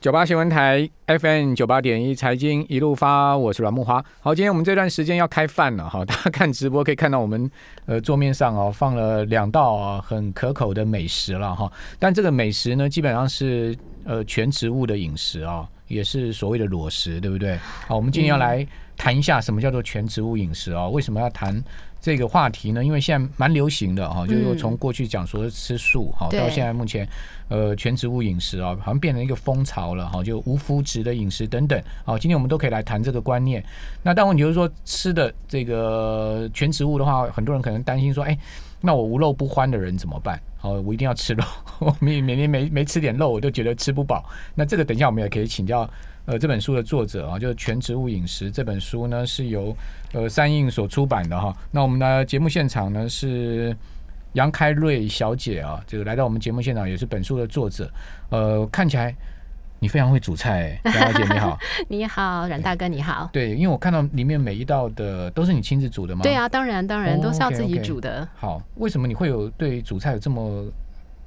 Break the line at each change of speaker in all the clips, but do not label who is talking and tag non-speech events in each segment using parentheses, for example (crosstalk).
九八新闻台 FM 九八点一财经一路发，我是阮木花。好，今天我们这段时间要开饭了哈，大 (laughs) 家看直播可以看到我们呃桌面上哦放了两道啊很可口的美食了哈，但这个美食呢基本上是呃全植物的饮食啊、也是所谓的裸食，对不对？好，我们今天要来谈一下什么叫做全植物饮食啊、为什么要谈这个话题呢？因为现在蛮流行的哈、就是说从过去讲说吃素哈、
对
到现在目前呃全植物饮食啊，好像变成一个风潮了哈、就无麸质的饮食等等。好、今天我们都可以来谈这个观念。那但问题就是说，吃的这个全植物的话，很多人可能担心说，哎，那我无肉不欢的人怎么办？好、我一定要吃肉，我每每天没没吃点肉，我就觉得吃不饱。那这个等一下我们也可以请教。呃，这本书的作者啊，就是《全植物饮食》这本书呢，是由呃三印所出版的哈。那我们的节目现场呢是杨开瑞小姐啊，这个来到我们节目现场，也是本书的作者。呃，看起来你非常会煮
(laughs)
菜、欸，杨小姐你好。
你好，阮大哥，你好。
对，因为我看到里面每一道的都是你亲自煮的吗？
对。啊，当然当然
哦
都是要
OK，
自己
OK
煮的。
好，为什么你会有对煮菜有这么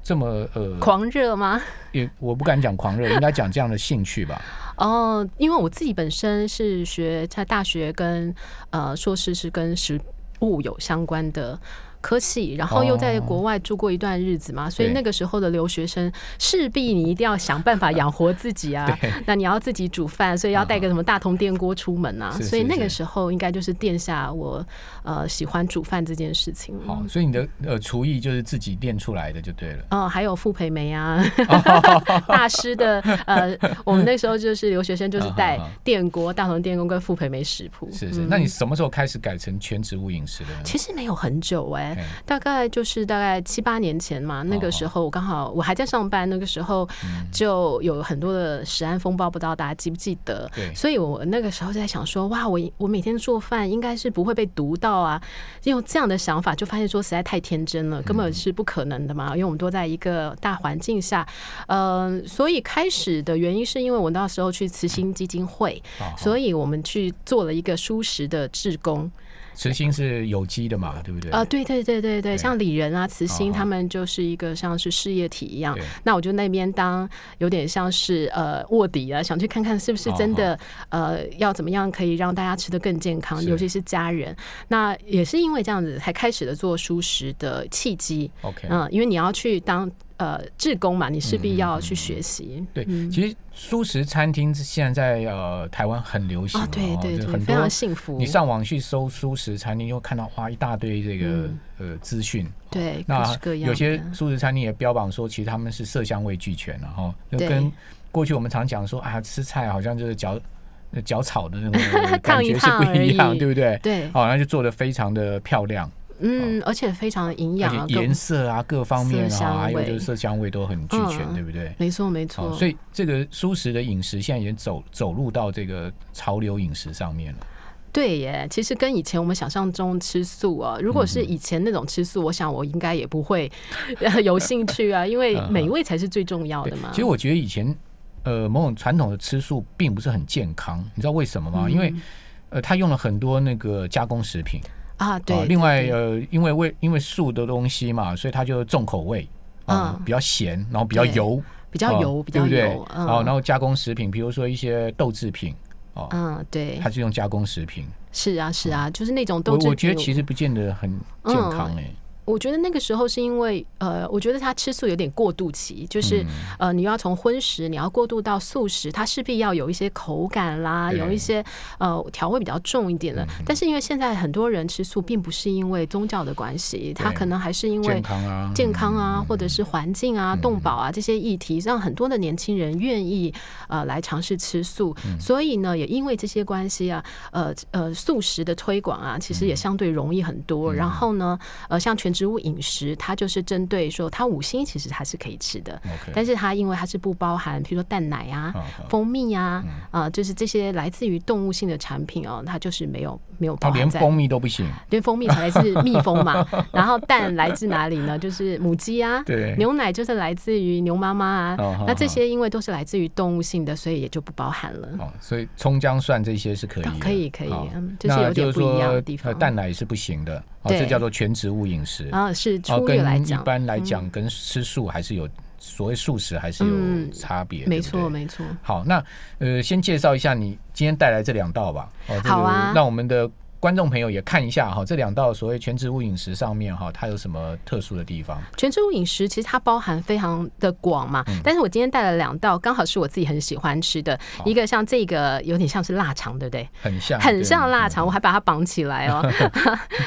这么呃，
狂热吗？ (laughs)
也我不敢讲狂热，应该讲这样的兴趣吧？
哦，因为我自己本身是学在大学跟呃硕士是跟食物有相关的科系，然后又在
哦
国外住过一段日子嘛，所以
对
那个时候的留学生势必你一定要想办法养活自己啊
(laughs) 对。
那你要自己煮饭，所以要带个什么大铜电锅出门啊。
(laughs) 是是
所以那个
是
时候应该就是殿下我呃喜欢煮饭这件事情。
好，所以你的呃厨艺就是自己练出来的就对了。
哦，还有傅培
(laughs)
梅啊，大师的呃，我们那时候就是留学生，就是带
啊哈哈
电锅、大同电锅跟傅培梅食谱。
是是，
嗯
那你什么时候开始改成全植物饮食的呢？
其实没有很久哎、
哎
大概就是大概七八年前嘛，那个
哦
时候我刚好我还在上班，那个时候就有很多的食安风暴，不知道大家记不记得？
对
所以我那个时候就在想说，哇，我我每天做饭应该是不会被毒到啊，用这样的想法就发现说实在太天真
嗯
了，根本是不可能的嘛，因为我们都在一个大环境下，嗯、所以开始的原因是因为我那时候去慈心基金会，
哦好
所以我们去做了一个舒适的志工。
慈心是有机的嘛，对不对？
啊，对对对对
对
对，像李仁啊、慈心
哦
他们就是一个像是事业体一样
对。
那我就那边当有点像是呃卧底啊，想去看看是
哦
不是真的呃要怎么样可以让大家吃得更健康，
是
尤其是家人。那也是因为这样子才开始了做舒食的契机。
OK，、
嗯，因为你要去当呃志工嘛，你势必要去学习。
对，其实素食餐厅现在在呃台湾很流行
啊，对
哦
对
就
对，
很
非
多
常。幸福
你。上网去搜素食餐厅，就会看到哇一大堆这个、呃资讯。
嗯对，各
那
式各样的。
有些素食餐厅也标榜说，其实他们是色香味俱全然后就
对
跟过去我们常讲说啊，吃菜好像就是嚼呃嚼草的那种感
(laughs) 烫一
觉是
烫
不一
而
样，
已
对不对？
对，
好，那就做的非常的漂亮。
嗯，而且非常营养啊
而，且
跟
颜色啊，各方面
色
啊，
香
还有
味
就是色香味都很俱全，
嗯
对不对？
没错没错。
哦，所以这个素食的饮食现在也走走入到这个潮流饮食上面了。
对耶，其实跟以前我们想象中吃素啊，如果是
嗯
以前那种吃素，我想我应该也不会 (laughs) 有兴趣啊，
(laughs)
因为美味才是最重要
嗯对
的嘛。
其实我觉得以前呃某种传统的吃素并不是很健康，你知道为什么
嗯
吗？因为呃，它用了很多那个加工食品
啊，对，
另外
对
呃，因为为因为素的东西嘛，所以它就重口味啊，
嗯
比较咸，然后比较
对
油，
比较
哦
油，比
对
较
不对
油，嗯
哦，然后加工食品，比如说一些豆制品，哦，
嗯，对
它，是用加工食品。
是啊，是啊，就是那种
我
豆制
我觉得
品嗯
其实不见得很健康哎、
我觉得那个时候是因为，呃，我觉得他吃素有点过渡期，就是、呃，你要从荤食，你要过渡到素食，它势必要有一些口感啦，
对
有一些呃调味比较重一点的。但是因为现在很多人吃素，并不是因为宗教的关系，他可能还是因
健
为。
康啊，
健康啊，或者是环境
嗯
啊、动保啊这些议题，让很多的年轻人愿意呃来尝试吃素。
嗯
所以呢，也因为这些关系啊，呃呃，素食的推广啊，其
嗯
实也相对容易很多。然后呢，呃，像全植物饮食，它就是针对说它五星其实它是可以吃的，
OK，
但是它因为它是不包含，比如说蛋奶啊、
好好
蜂蜜啊，
嗯
啊、就是这些来自于动物性的产品哦，它就是没有没有包
它
含
连
在。
蜂蜜都不行，
因为蜂蜜才来自蜜
(laughs)
蜂嘛，然后蛋来自哪里呢？就是母鸡啊，
对
牛奶就是来自于牛妈妈啊。
哦好
那这些因为都是来自于动物性的，所以也就不包含了。哦
哦，所以葱姜蒜这些是可以的，
可以可以
好
嗯就是
那
有点
就是
不一样
说
的地方
呃蛋奶是不行的，哦，
对
这叫做全植物饮食，
然后是
哦，
粗略来
跟一
讲，
般来讲跟吃素还是有所谓素食还是有
嗯
差别，
没
对不对
错，没错。
好，那呃，先介绍一下你今天带来这两道吧。哦，这
好
个
啊
让我们的观众朋友也看一下哈、这两道所谓全植物饮食上面哈、它有什么特殊的地方？
全植物饮食其实它包含非常的广嘛，
嗯
但是我今天带了两道，刚好是我自己很喜欢吃的，一个像这个有点像是腊肠，对不对？
很像，
很
对
像腊
嗯
肠，我还把它绑起来
(laughs)
哦， (laughs)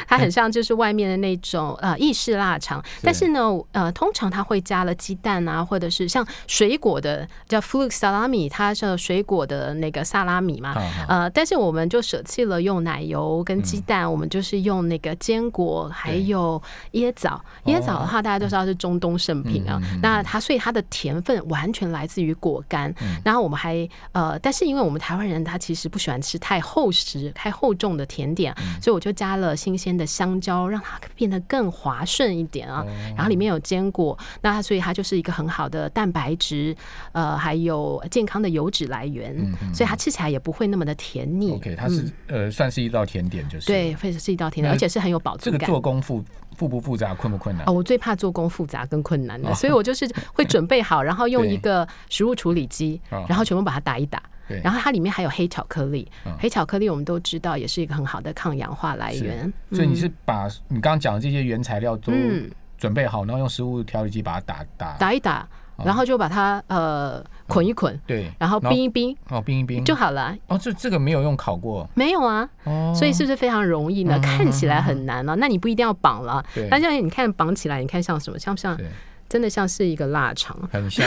它很像就是外面的那种呃意式腊肠，但是呢，呃，通常它会加了鸡蛋啊，或者是像水果的叫 fluke salami，它是水果的那个萨拉米嘛
好好，
呃，但是我们就舍弃了用奶油跟鸡蛋，我们就是用那个坚果还
对
有椰枣，椰枣的话大家都知道是中东圣品啊，
嗯哦嗯嗯嗯
那它所以它的甜分完全来自于果干，
嗯
然后我们还呃，但是因为我们台湾人他其实不喜欢吃太厚实、太厚重的甜点，啊
嗯
所以我就加了新鲜的香蕉，让它变得更滑顺一点
哦
啊。然后里面有坚果，那它所以它就是一个很好的蛋白质，呃，还有健康的油脂来源，所以它吃起来也不会那么的甜腻。
嗯 OK，它是、呃，算是一道甜点，就是
嗯对，会是一道甜点，
那
而且是很有饱足
这个
感。
做工复复不复杂，困不困难？
哦，我最怕做工复杂跟困
哦
难的，所以我就是会准备好，然后用一个食物处理机
哦，
然后全部把它打一打
对。
然后它里面还有黑巧克力
嗯，
黑巧克力我们都知道也是一个很好的抗氧化来
是
源。
所以你是把你刚刚讲的这些原材料都
嗯
准备好，然后用食物调理机把它打打
打一打，
哦
然后就把它呃捆一捆，
对，
然后冰一冰
哦冰一嗯冰
就好了。
哦，这这个没有用烤过
没有啊，
哦，
所以是不是非常容易
嗯
呢？看起来很难啊，那你不一定要绑了
对。
那像你看绑起来，你看像什么？像不像
对？
真的像是一个腊肠，
(laughs) 很像。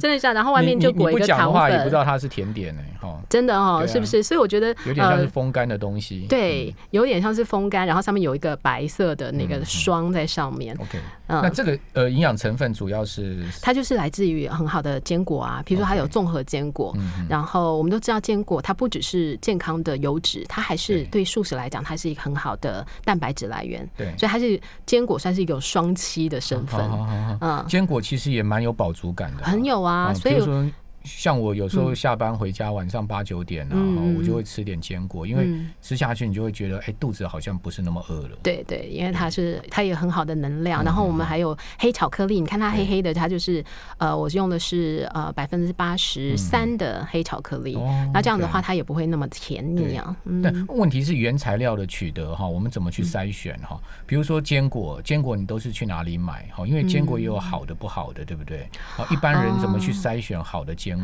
真的像。然后 (laughs) 外面
你
就
你你
裹一
不
个
讲的
糖
话，也不
粉
知。道它是甜点呢、哦，
真的哦，
对啊
是不是？所以我觉得呃
有点像是嗯风干的东西。
对，有点像是风干，然后上面有一个白色的那
嗯
个霜在上面。
OK，、
嗯
哦那这个呃营养成分主要是
它就是来自于很好的坚果啊，比如说它有综合坚果
嗯
然后我们都知道坚果它不只是健康的油脂，它还是对素食来讲，它是一个很好的蛋白质来源，
对。
所以它是坚果算是有双栖的身份，
好哦好好
嗯，
坚果其实也蛮有饱足感的啊、
很有啊，
嗯
所
比
以
如说像我有时候下班回家，晚上八九点啊，
嗯
哈
嗯
我就会吃点坚果，因为
嗯
吃下去你就会觉得，哎，肚子好像不是那么饿了。
对对，因为它是
嗯
它也很好的能量，然后我们还有黑巧克力，你看它黑黑的，它就是呃，我用的是呃百分之八十三的黑巧克力，
嗯哦
那这样的话
OK
它也不会那么甜腻啊。嗯，
但问题是原材料的取得哈，我们怎么去筛选哈？比如说坚果，坚果你都是去哪里买哈？因为坚果也有好的不好的，对不对？好，一般人怎么去筛选好的坚果？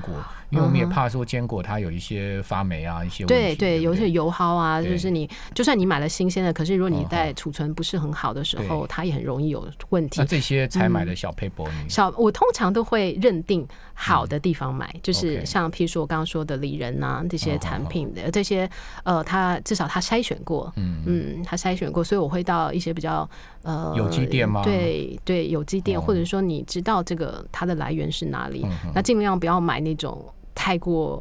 因为我们也怕说坚果它有一些发霉啊，一些问题。
对对，
不
有一些油耗啊，
对哦
就是你就算你买了新鲜的，可是如果你在储存不是很好的时候，它也很容易有问题
那。这些采买
嗯
的小 paper 你
小我通常都会认定好的地方买，就
嗯 OK
是像譬如说我刚刚说的里仁啊这
好
些
好
产
好
品的这些呃，它至少它筛选过，嗯它筛选过，所以我会到一些比较呃
有机店吗
对对，有机店、
哦嗯
或者说你知道这个它的来源是哪里，那尽量不要买那种太过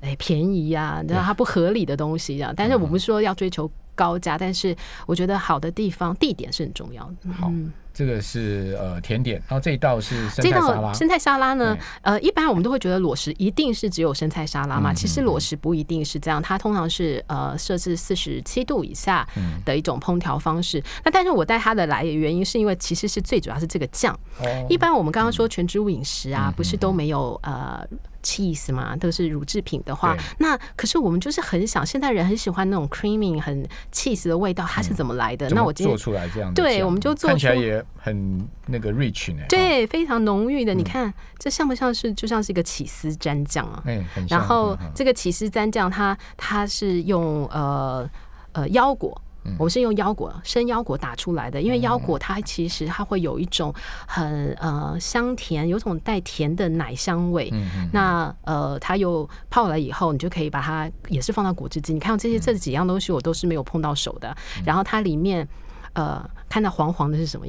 哎便宜呀、然后它不合理的东西啊。但是我
嗯
不是说要追求高价，但是我觉得好的地方地点是很重要的。
好，这个是呃甜点，然后这一道是生
这
菜沙拉
道。生菜沙拉呢
对，
呃，一般我们都会觉得裸食一定是只有生菜沙拉
嗯
嘛，其实裸食不一定是这样，它通常是呃摄氏四十七度以下
嗯
的一种烹调方式。那但是我带它的来源因是因为其实是最主要是这个酱，
哦嗯
一般我们刚刚说全植物饮食啊，不是都没有呃 cheese 嘛，都是乳制品的话
对，
那可是我们就是很想，现代人很喜欢那种 creamy 很 cheese 的味道，它是怎么来的？
嗯怎
那
么
我今
做
天。
出来这样的酱，
对我们就做
看起来
出
也很那个 rich 呢。哦，嗯
对，非常浓郁的，你看这像不像是就像是一个起司蘸酱啊？
哎，很像。
然后
嗯嗯
这个起司蘸酱，它它是用呃呃腰果。
嗯
我们是用腰果生腰果打出来的，因为腰果它其实它会有一种很呃香甜，有种带甜的奶香味。
嗯
那呃，它又泡了以后，你就可以把它也是放到果汁机。你看
嗯
这些这几样东西，我都是没有碰到手的。然后它里面呃，看到黄黄的是什么？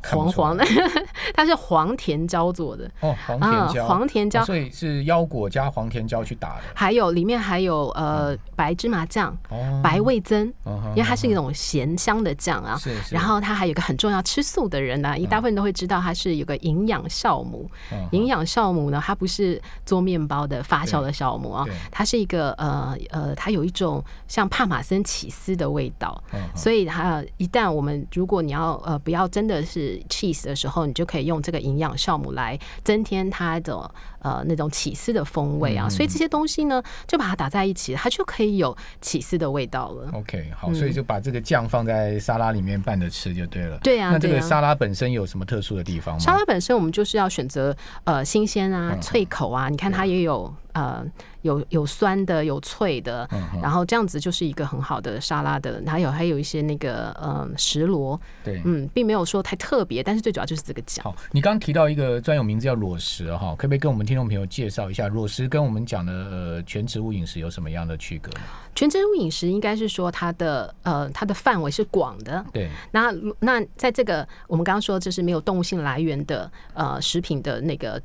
看不
黄
出来
黄的， (laughs) 它是黄甜椒做的。
哦，黄甜椒，
啊黄甜椒
哦所以是腰果加黄甜椒去打的。
还有里面还有呃白芝麻酱、
哦
白味增，
嗯哼
因为它是一种咸香的酱啊。
是是
然后它还有一个很重要，吃素的人呢、一大部分都会知道它是有个营养酵母。
嗯
营养酵母呢，它不是做面包的发酵的酵母啊
对对，
它是一个呃呃，它有一种像帕玛森起司的味道。
嗯
所以它一旦我们如果你要呃不要真的是吃 cheese 的时候，你就可以用这个营养酵母来增添它的呃那种起司的风味
嗯
啊。所以这些东西呢，就把它打在一起，它就可以有起司的味道了。
OK，好，
嗯
所以就把这个酱放在沙拉里面拌着吃就对了。
对啊
那这
对
个
啊
沙拉本身有什么特殊的地方
沙
吗？
拉本身我们就是要选择呃新鲜啊、脆口啊，你看它也有呃有有酸的、有脆的，然后这样子就是一个很好的沙拉的。还有还有一些那个呃石螺，
对。
嗯，并没有说太特别，但是最主要就是这个酱。
好，你刚刚提到一个专有名字叫裸食哈，可不可以跟我们听众朋友介绍一下裸食跟我们讲的呃全植物饮食有什么样的区隔呢？
全植物饮食应该是说它的呃它的范围是广的。
对，
那那在这个我们刚刚说这是没有动物性来源的呃食品的那个。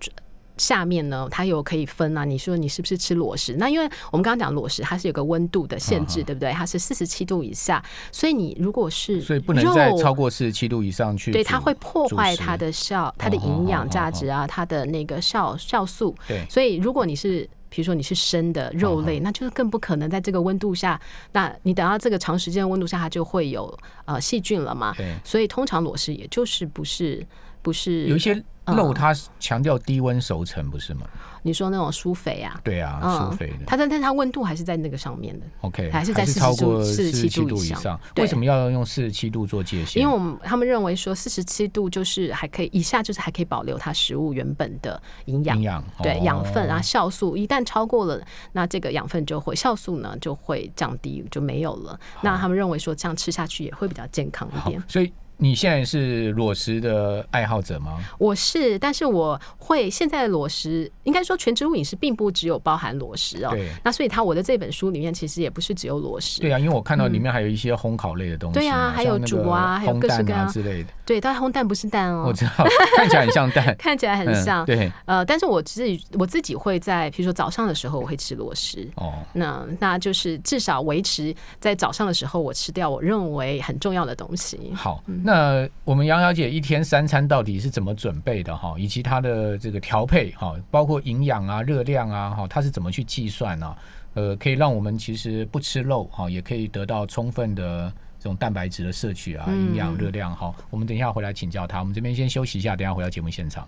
下面呢，它有可以分啊。你说你是不是吃裸食？那因为我们刚刚讲裸食，它是有个温度的限
嗯
制，对不对？它是四十七度以下，所以你如果是
所以不能再
肉
超过四十七度以上去煮。
对，它会破坏
主食
它的酵、它的营养价值啊，它的那个酵酵素。
对
所以如果你是比如说你是生的肉
嗯
类，那就是更不可能在这个温度下。那你等到这个长时间的温度下，它就会有呃细菌了嘛。
对
所以通常裸食也就是不是不
有一
是
些肉它强调低温熟成，不是吗？
你说那种疏肥啊，
对啊，
嗯
苏菲的。
它但但它温度还是在那个上面的。
OK，
还是在
超
47
过
度
四十七
47
度
度以
以
上
上？
对
为什么要用四十七度做界限？
因为我们他们认为说四十七度就是还可以，以下就是还可以保留它食物原本的营养
营。养
对
哦
养分啊，酵素一旦超过了，那这个养分就会酵素呢就会降低，就没有了。那他们认为说这样吃下去也会比较健康一
好
点。
所以你现在是裸食的爱好者吗？
我是，但是我会现在的裸食，应该说全植物饮食并不只有包含裸食哦
对。
那所以它我的这本书里面其实也不是只有裸食，
对啊，因为我看到里面还有一些烘烤类的东西嘛，
嗯对啊还有
像那个
煮啊还有
烘
各式
蛋
各
啊
样
之类的。
对，但烘蛋不是蛋
我
哦，
知道，看起来很像蛋，
看起来 (laughs) 很
嗯
像。
对，
呃，但是我自己我自己会在，比如说早上的时候我会吃裸食，
哦，
那那就是至少维持在早上的时候，我吃掉我认为很重要的东西。
好，那我们杨小姐一天三餐到底是怎么准备的哈？以及它的这个调配哈，包括营养啊、热量啊哈，它是怎么去计算呢、呃，可以让我们其实不吃肉哈，也可以得到充分的这种蛋白质的摄取啊、营养、热量哈。我们等一下回来请教她。我们这边先休息一下，等一下回到节目现场。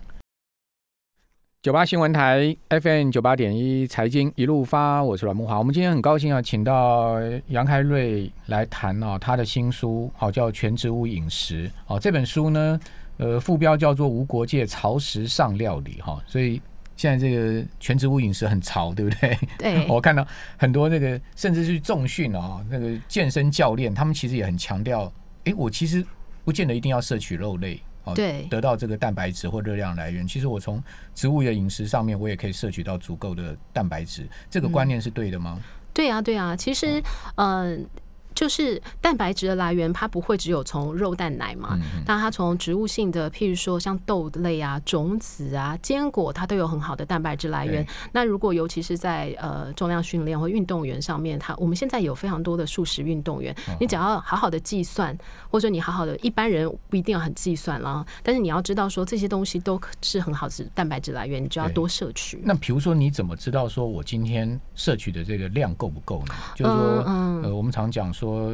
九八新闻台 FM 九八点一财经一路发，我是阮木华。我们今天很高兴啊，请到杨开瑞来谈啊他的新书，好、叫《全植物饮食》哦。这本书呢，呃，副标叫做《无国界潮食上料理》哈、所以现在这个全植物饮食很潮，对不对？(laughs)
对，
我看到很多那个甚至是重训啊，那个健身教练，他们其实也很强调，诶，我其实不见得一定要摄取肉类。哦
对
得到这个蛋白质或热量来源，其实我从植物的饮食上面，我也可以摄取到足够的蛋白质。这个观念是对的吗？
对啊，对啊。其实，
哦
嗯、就是蛋白质的来源，它不会只有从肉蛋奶嘛，
嗯
那它从植物性的，譬如说像豆类啊、种子啊、坚果，它都有很好的蛋白质来源
对。
那如果尤其是在呃重量训练或运动员上面，它我们现在有非常多的素食运动员，
嗯
你只要好好的计算，或者你好好的，一般人不一定要很计算啦，但是你要知道说这些东西都可是很好的蛋白质来源，你就要
对
多摄取。
那比如说，你怎么知道说我今天摄取的这个量够不够呢？就是说，
嗯
呃，我们常讲说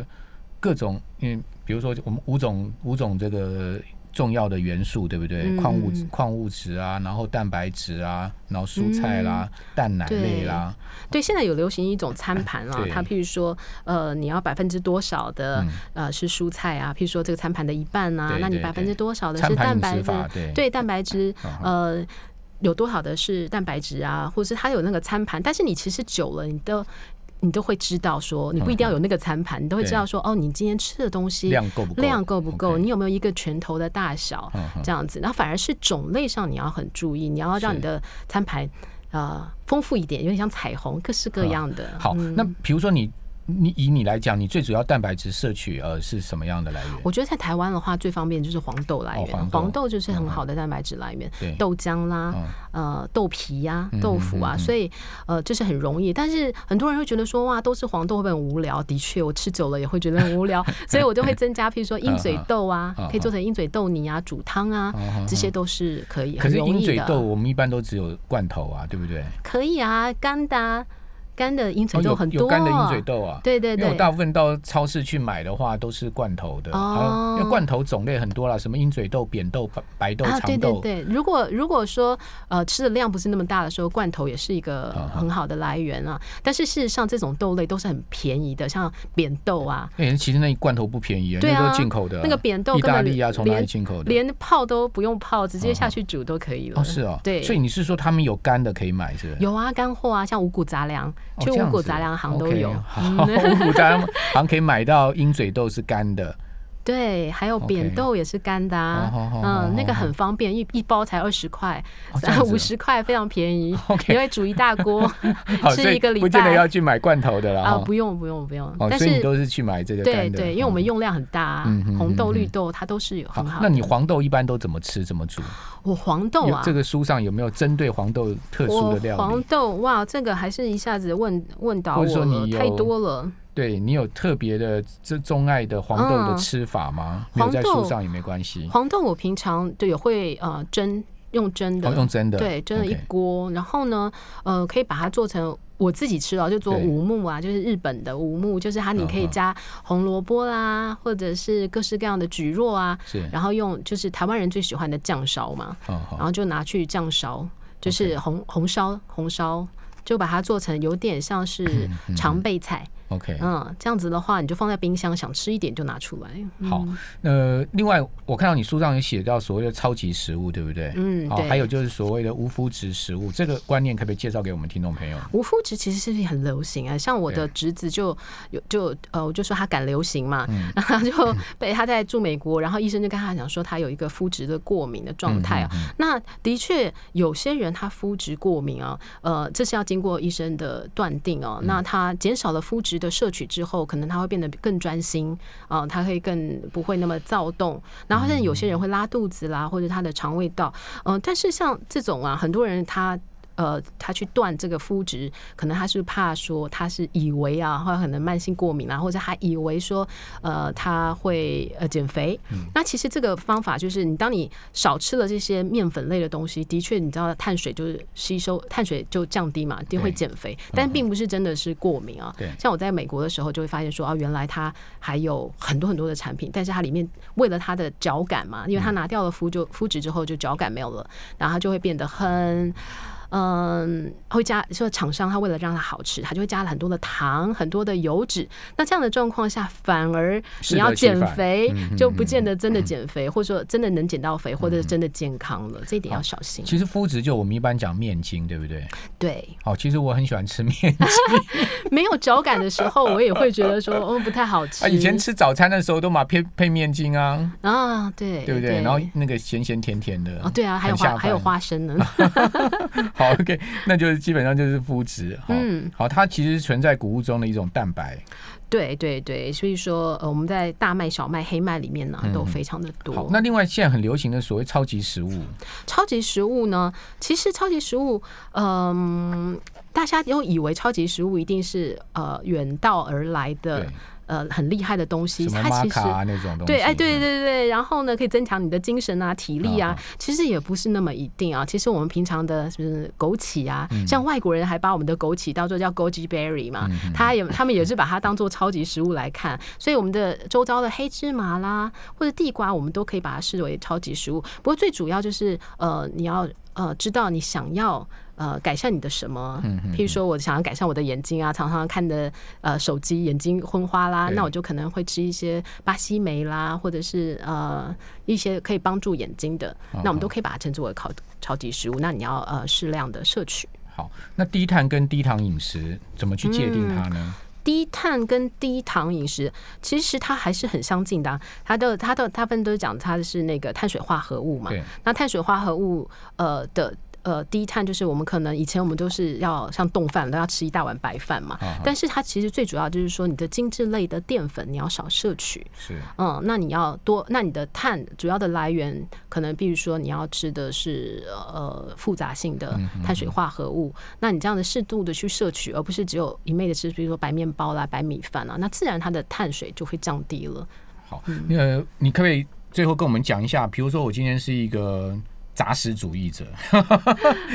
各种，嗯，比如说我们五种五种这个重要的元素，对不对？
嗯
矿物质、矿物质啊，然后蛋白质啊，然后蔬菜啦、蛋奶类啦，
嗯对，现在有流行一种餐盘啦
(laughs) 对，嗯
它譬如说，呃，你要百分之多少的、呃是蔬菜啊，譬如说这个餐盘的一半啊
对，
那你
对
百分
对
之多少的
餐
是
盘
蛋
饮
白
食
质
法，对嗯
对蛋
(laughs)
白质，呃。有多少的是蛋白质啊，或者是它有那个餐盘，但是你其实久了，你都你都会知道说，你不
嗯
一定要有那个餐盘，你都会知道说，哦，你今天吃的东西
量够不够
量够不够，
OK
你有没有一个拳头的大小
嗯哼
这样子？那反而是种类上你要很注意，你要让你的餐盘呃丰富一点，有点像彩虹，各式各
嗯
样的。
好，那比如说你，你以你来讲，你最主要蛋白质摄取呃是什么样的来源？
我觉得在台湾的话，最方便就是黄豆来源，
哦黄豆
就是很好的蛋白质来源，
对
豆浆啦，
嗯
呃，豆皮呀、豆腐啊，所以呃，这是很容易。但是很多人会觉得说，哇，都是黄豆会不会很无聊？的确，我吃久了也会觉得
(laughs)
很无聊，所以我就会增加，譬如说鹰嘴豆啊
嗯嗯，
可以做成鹰嘴豆泥啊，煮汤啊，这些都是可以，
可
很
是
容
鹰
易
嘴
的。
豆我们一般都只有罐头啊，对不对？
可以啊，干的啊、干的鹰嘴
哦
豆
有
很多，
有干的鹰嘴豆啊。
对对
因为
对
我，大部分到超市去买的话，都是罐头的，
哦
还有因为罐头种类很多啦，什么鹰嘴豆、扁豆、白白豆、
啊，对
长
对
豆，
对，如果如果说呃吃的量不是那么大的时候，罐头也是一个
啊哈
很好的来源啊。但是事实上，这种豆类都是很便宜的，像扁豆啊，
哎、其实那一罐头不便宜，
对啊
那都是进口的啊、
那个扁豆
意
根
大
本
利啊，从哪里
连
进口的？
连泡都不用泡，直接下去煮都可以了。
哦，是哦，
嗯对
所以你是说他们有干的可以买是不是？
有啊，干货啊，像五谷杂粮，
哦
去
这样
五谷
子
杂粮行都
OK，
有。嗯
好， (laughs) 五谷杂粮行可以买到鹰嘴豆是干
(laughs)
的，
对，还有
OK
扁豆也是干的
哦
啊
好好好好
嗯，那个
好
很方便，一一包才二十块
哦这样，子
五十块非常便宜
(laughs) OK，
你会煮一大锅
(laughs) 好，，所
吃
以
一个礼
不见得
拜
要去买罐头的了
啊，
哈
不用不用不用，
哦，
但
所以你
是
都是去买这个
对
干的。
对，因为我们用量很大啊
嗯哼，
红
嗯
豆、绿
哼
豆它都是有
好
很好，的。
那你黄豆一般都怎么吃？怎么煮？
我黄豆
有
啊
这，个书上有没有针对黄豆特殊
我
的料
黄
理？
豆哇，这个还是一下子问问倒
或
我
者说
了，
你
太
有
多了。
对你有特别的这钟爱的黄豆的吃法吗？没有
嗯黄
在
豆
书上也没关系，
黄豆我平常对会呃蒸，用蒸的
哦，，用真的，
对，蒸了一
OK
锅，然后呢，呃，可以把它做成我自己吃哦，就做
对
五木啊，就是日本的五木，就是它你可以
嗯嗯
加红萝卜啦，或者是各式各样的蒟蒻啊，
是，
然后用就是台湾人最喜欢的酱烧嘛，
嗯
然
好，
后就拿去酱烧，就是红红烧红烧。就把它做成有点像是常备菜，
，OK，
嗯，这样子的话，你就放在冰箱，想吃一点就拿出来。嗯
好，呃，另外我看到你书上有写到所谓的超级食物，对不对？
嗯
好，
对
还有就是所谓的无麸质食物，这个观念可不可以介绍给我们听众朋友？
无麸质其实是很流行啊，像我的侄子就有就呃，我就说他赶流行嘛， (laughs) 然后他就被他在住美国，然后医生就跟他讲说他有一个肤质的过敏的状态啊。那的确有些人他肤质过敏啊，呃，这是要经过医生的断定哦、那他减少了肤质的摄取之后，可能他会变得更专心啊、他会更不会那么躁动。然后甚至有些人会拉肚子啦，或者他的肠胃道，嗯、但是像这种啊，很多人他呃，他去断这个肤质，可能他是怕说他是以为啊，或者可能慢性过敏啊，或者他以为说呃他会呃减肥。那其实这个方法就是，你当你少吃了这些面粉类的东西，的确你知道碳水就是吸收碳水就降低嘛，就会减肥，但并不是真的是过敏啊。
嗯对
像我在美国的时候就会发现说啊，原来它还有很多很多的产品，但是它里面为了它的脚感嘛，
嗯
因为它拿掉了肤就肤质之后就脚感没有了，然后它就会变得很。嗯，会加说厂商他为了让它好吃，他就会加了很多的糖、很多的油脂。那这样的状况下，反而
适得
你要
其
减
反嗯
肥，就不见得真的减肥，或者说真的能减到肥，或者是真的健康了，这一点要小心。
其实麸质就我们一般讲面筋，对不对？
对，
好，其实我很喜欢吃面筋。 (laughs)
没有脚感的时候，我也会觉得说，哦，不太好吃。
啊，以前吃早餐的时候都嘛配配面筋啊，
啊，对，
对不对？
对？
然后那个咸咸甜甜的。
哦，对啊，还有
很下
花，还有
饭
花生呢。
(laughs) 好，OK，那就是基本上就是麸质。好
嗯，
好，它其实存在谷物中的一种蛋白。
对对对，所以说，呃，我们在大麦、小麦、黑麦里面呢，都非常的
嗯
多。
好，那另外现在很流行的所谓超级食物，
超级食物呢，其实超级食物，嗯、大家都以为超级食物一定是呃远道而来的
对，
呃很厉害的东西，
什么
它
玛
其实
卡啊那种东西。
对，哎，对对对对，然后呢，可以增强你的精神啊、体力啊
啊，
其实也不是那么一定啊。其实我们平常的什么枸杞啊，
嗯
像外国人还把我们的枸杞当做叫 goji berry 嘛，
嗯
他也他们也是把它当做超级食物来看。所以我们的周遭的黑芝麻啦，或者地瓜，我们都可以把它视为超级食物。不过最主要就是呃，你要呃知道你想要。呃，改善你的什么？譬如说，我想要改善我的眼睛啊，常常看的呃手机，眼睛昏花啦，
对
那我就可能会吃一些巴西莓啦，或者是呃一些可以帮助眼睛的，那我们都可以把它称之为超超级食物。那你要呃适量的摄取。
好，那低碳跟低糖饮食怎么去界定
嗯
它呢？
低碳跟低糖饮食，其实它还是很相近的啊、它的它的大部分都是讲它是那个碳水化合物嘛
对。
那碳水化合物呃的。呃，低碳就是我们可能以前我们都是要像冻饭都要吃一大碗白饭嘛，
啊哈
但是它其实最主要就是说你的精致类的淀粉你要少摄取，
是
嗯，那你要多，那你的碳主要的来源可能，比如说你要吃的是呃复杂性
嗯
的碳水化合物，那你这样的适度的去摄取，而不是只有一昧的吃，比如说白面包啦、白米饭啊，那自然它的碳水就会降低了。嗯
好。呃，你可不可以最后跟我们讲一下？比如说我今天是一个杂食主义者， (laughs)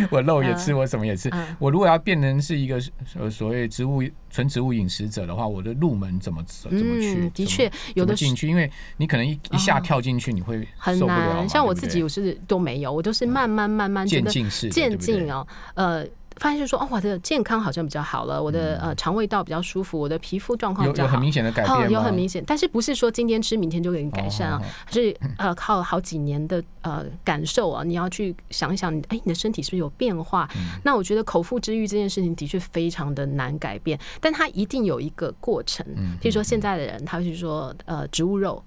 我肉也吃，我什么也吃。
嗯
我如果要变成是一个呃所谓植物纯植物饮食者的话，我的入门怎么走怎么去？
嗯的
怎么
确
怎
有
么
的
进去，因为你可能一一下
哦
跳进去，你会
很
受不了嘛
难，像我
对不
自
对
己我是都没有，我都是慢慢慢慢觉
渐
得
进式的，
渐
对不对
进哦，呃。发现说哦，我的健康好像比较好了，我的、呃肠胃道比较舒服，我的皮肤状况
嗯有
比较
有
好
很，明显的改
哦
变吗？
有很明显，但是不是说今天吃明天就给你改善啊？
哦
是呃靠好几年的呃感受啊，你要去想一想，哎，你的身体是不是有变化？
嗯
那我觉得口腹之欲这件事情的确非常的难改变，但它一定有一个过程。
嗯
譬如说现在的人，他是说呃植物肉。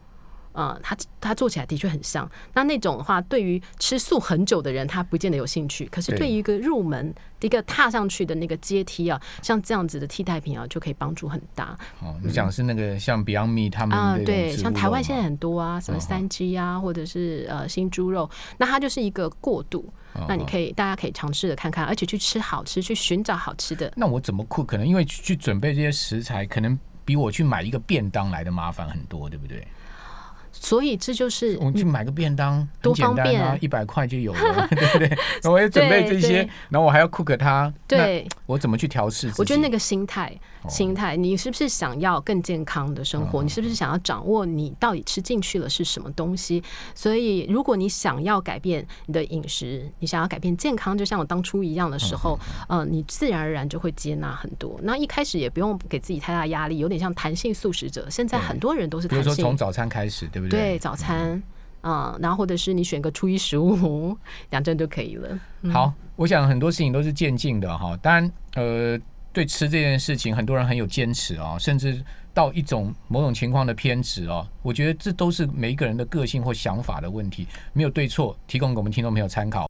呃，他他做起来的确很像。那那种的话，对于吃素很久的人，他不见得有兴趣。可是
对
对于一个入门的一个踏上去的那个阶梯啊，像这样子的替代品啊，就可以帮助很大。
哦，你讲的是那个像 Beyond Meat 他们
啊
的，
对，像台湾现在
在
很多啊，什
嗯
么
哼
三鸡啊，或者是呃新猪肉，那它就是一个过渡。
嗯
那你可以，大家可以尝试着看看，而且去吃好吃，去寻找好吃的。
那我怎么酷？可能因为去去准备这些食材，可能比我去买一个便当来的麻烦很多，对不对？
所以这就是
我去买个便当很
嗯多
简
方
单啊，
便
一百块就有了，对
(laughs)
不对？然后我也准备这些
对对，
然后我还要 cook 它，那
对，
我怎么去调试自己？哦
我觉得那个心态，心态，你是不是想要更健康的生活？你是不是想要掌握你到底吃进去了是什么东西？所以，如果你想要改变你的饮食，你想要改变健康，就像我当初一样的时候，嗯，你自然而然就会接纳很多。那一开始也不用给自己太大压力，有点像弹性素食者。现在很多人都是
比如
弹
说从
性，
早餐开始，对不
对早餐。嗯，然后或者是你选个初一十五，两阵就可以了。
好，我想很多事情都是渐进的哈。当然，呃，对吃这件事情，很多人很有坚持哦，甚至到一种某种情况的偏执哦。我觉得这都是每一个人的个性或想法的问题，没有对错，提供给我们听众朋友参考。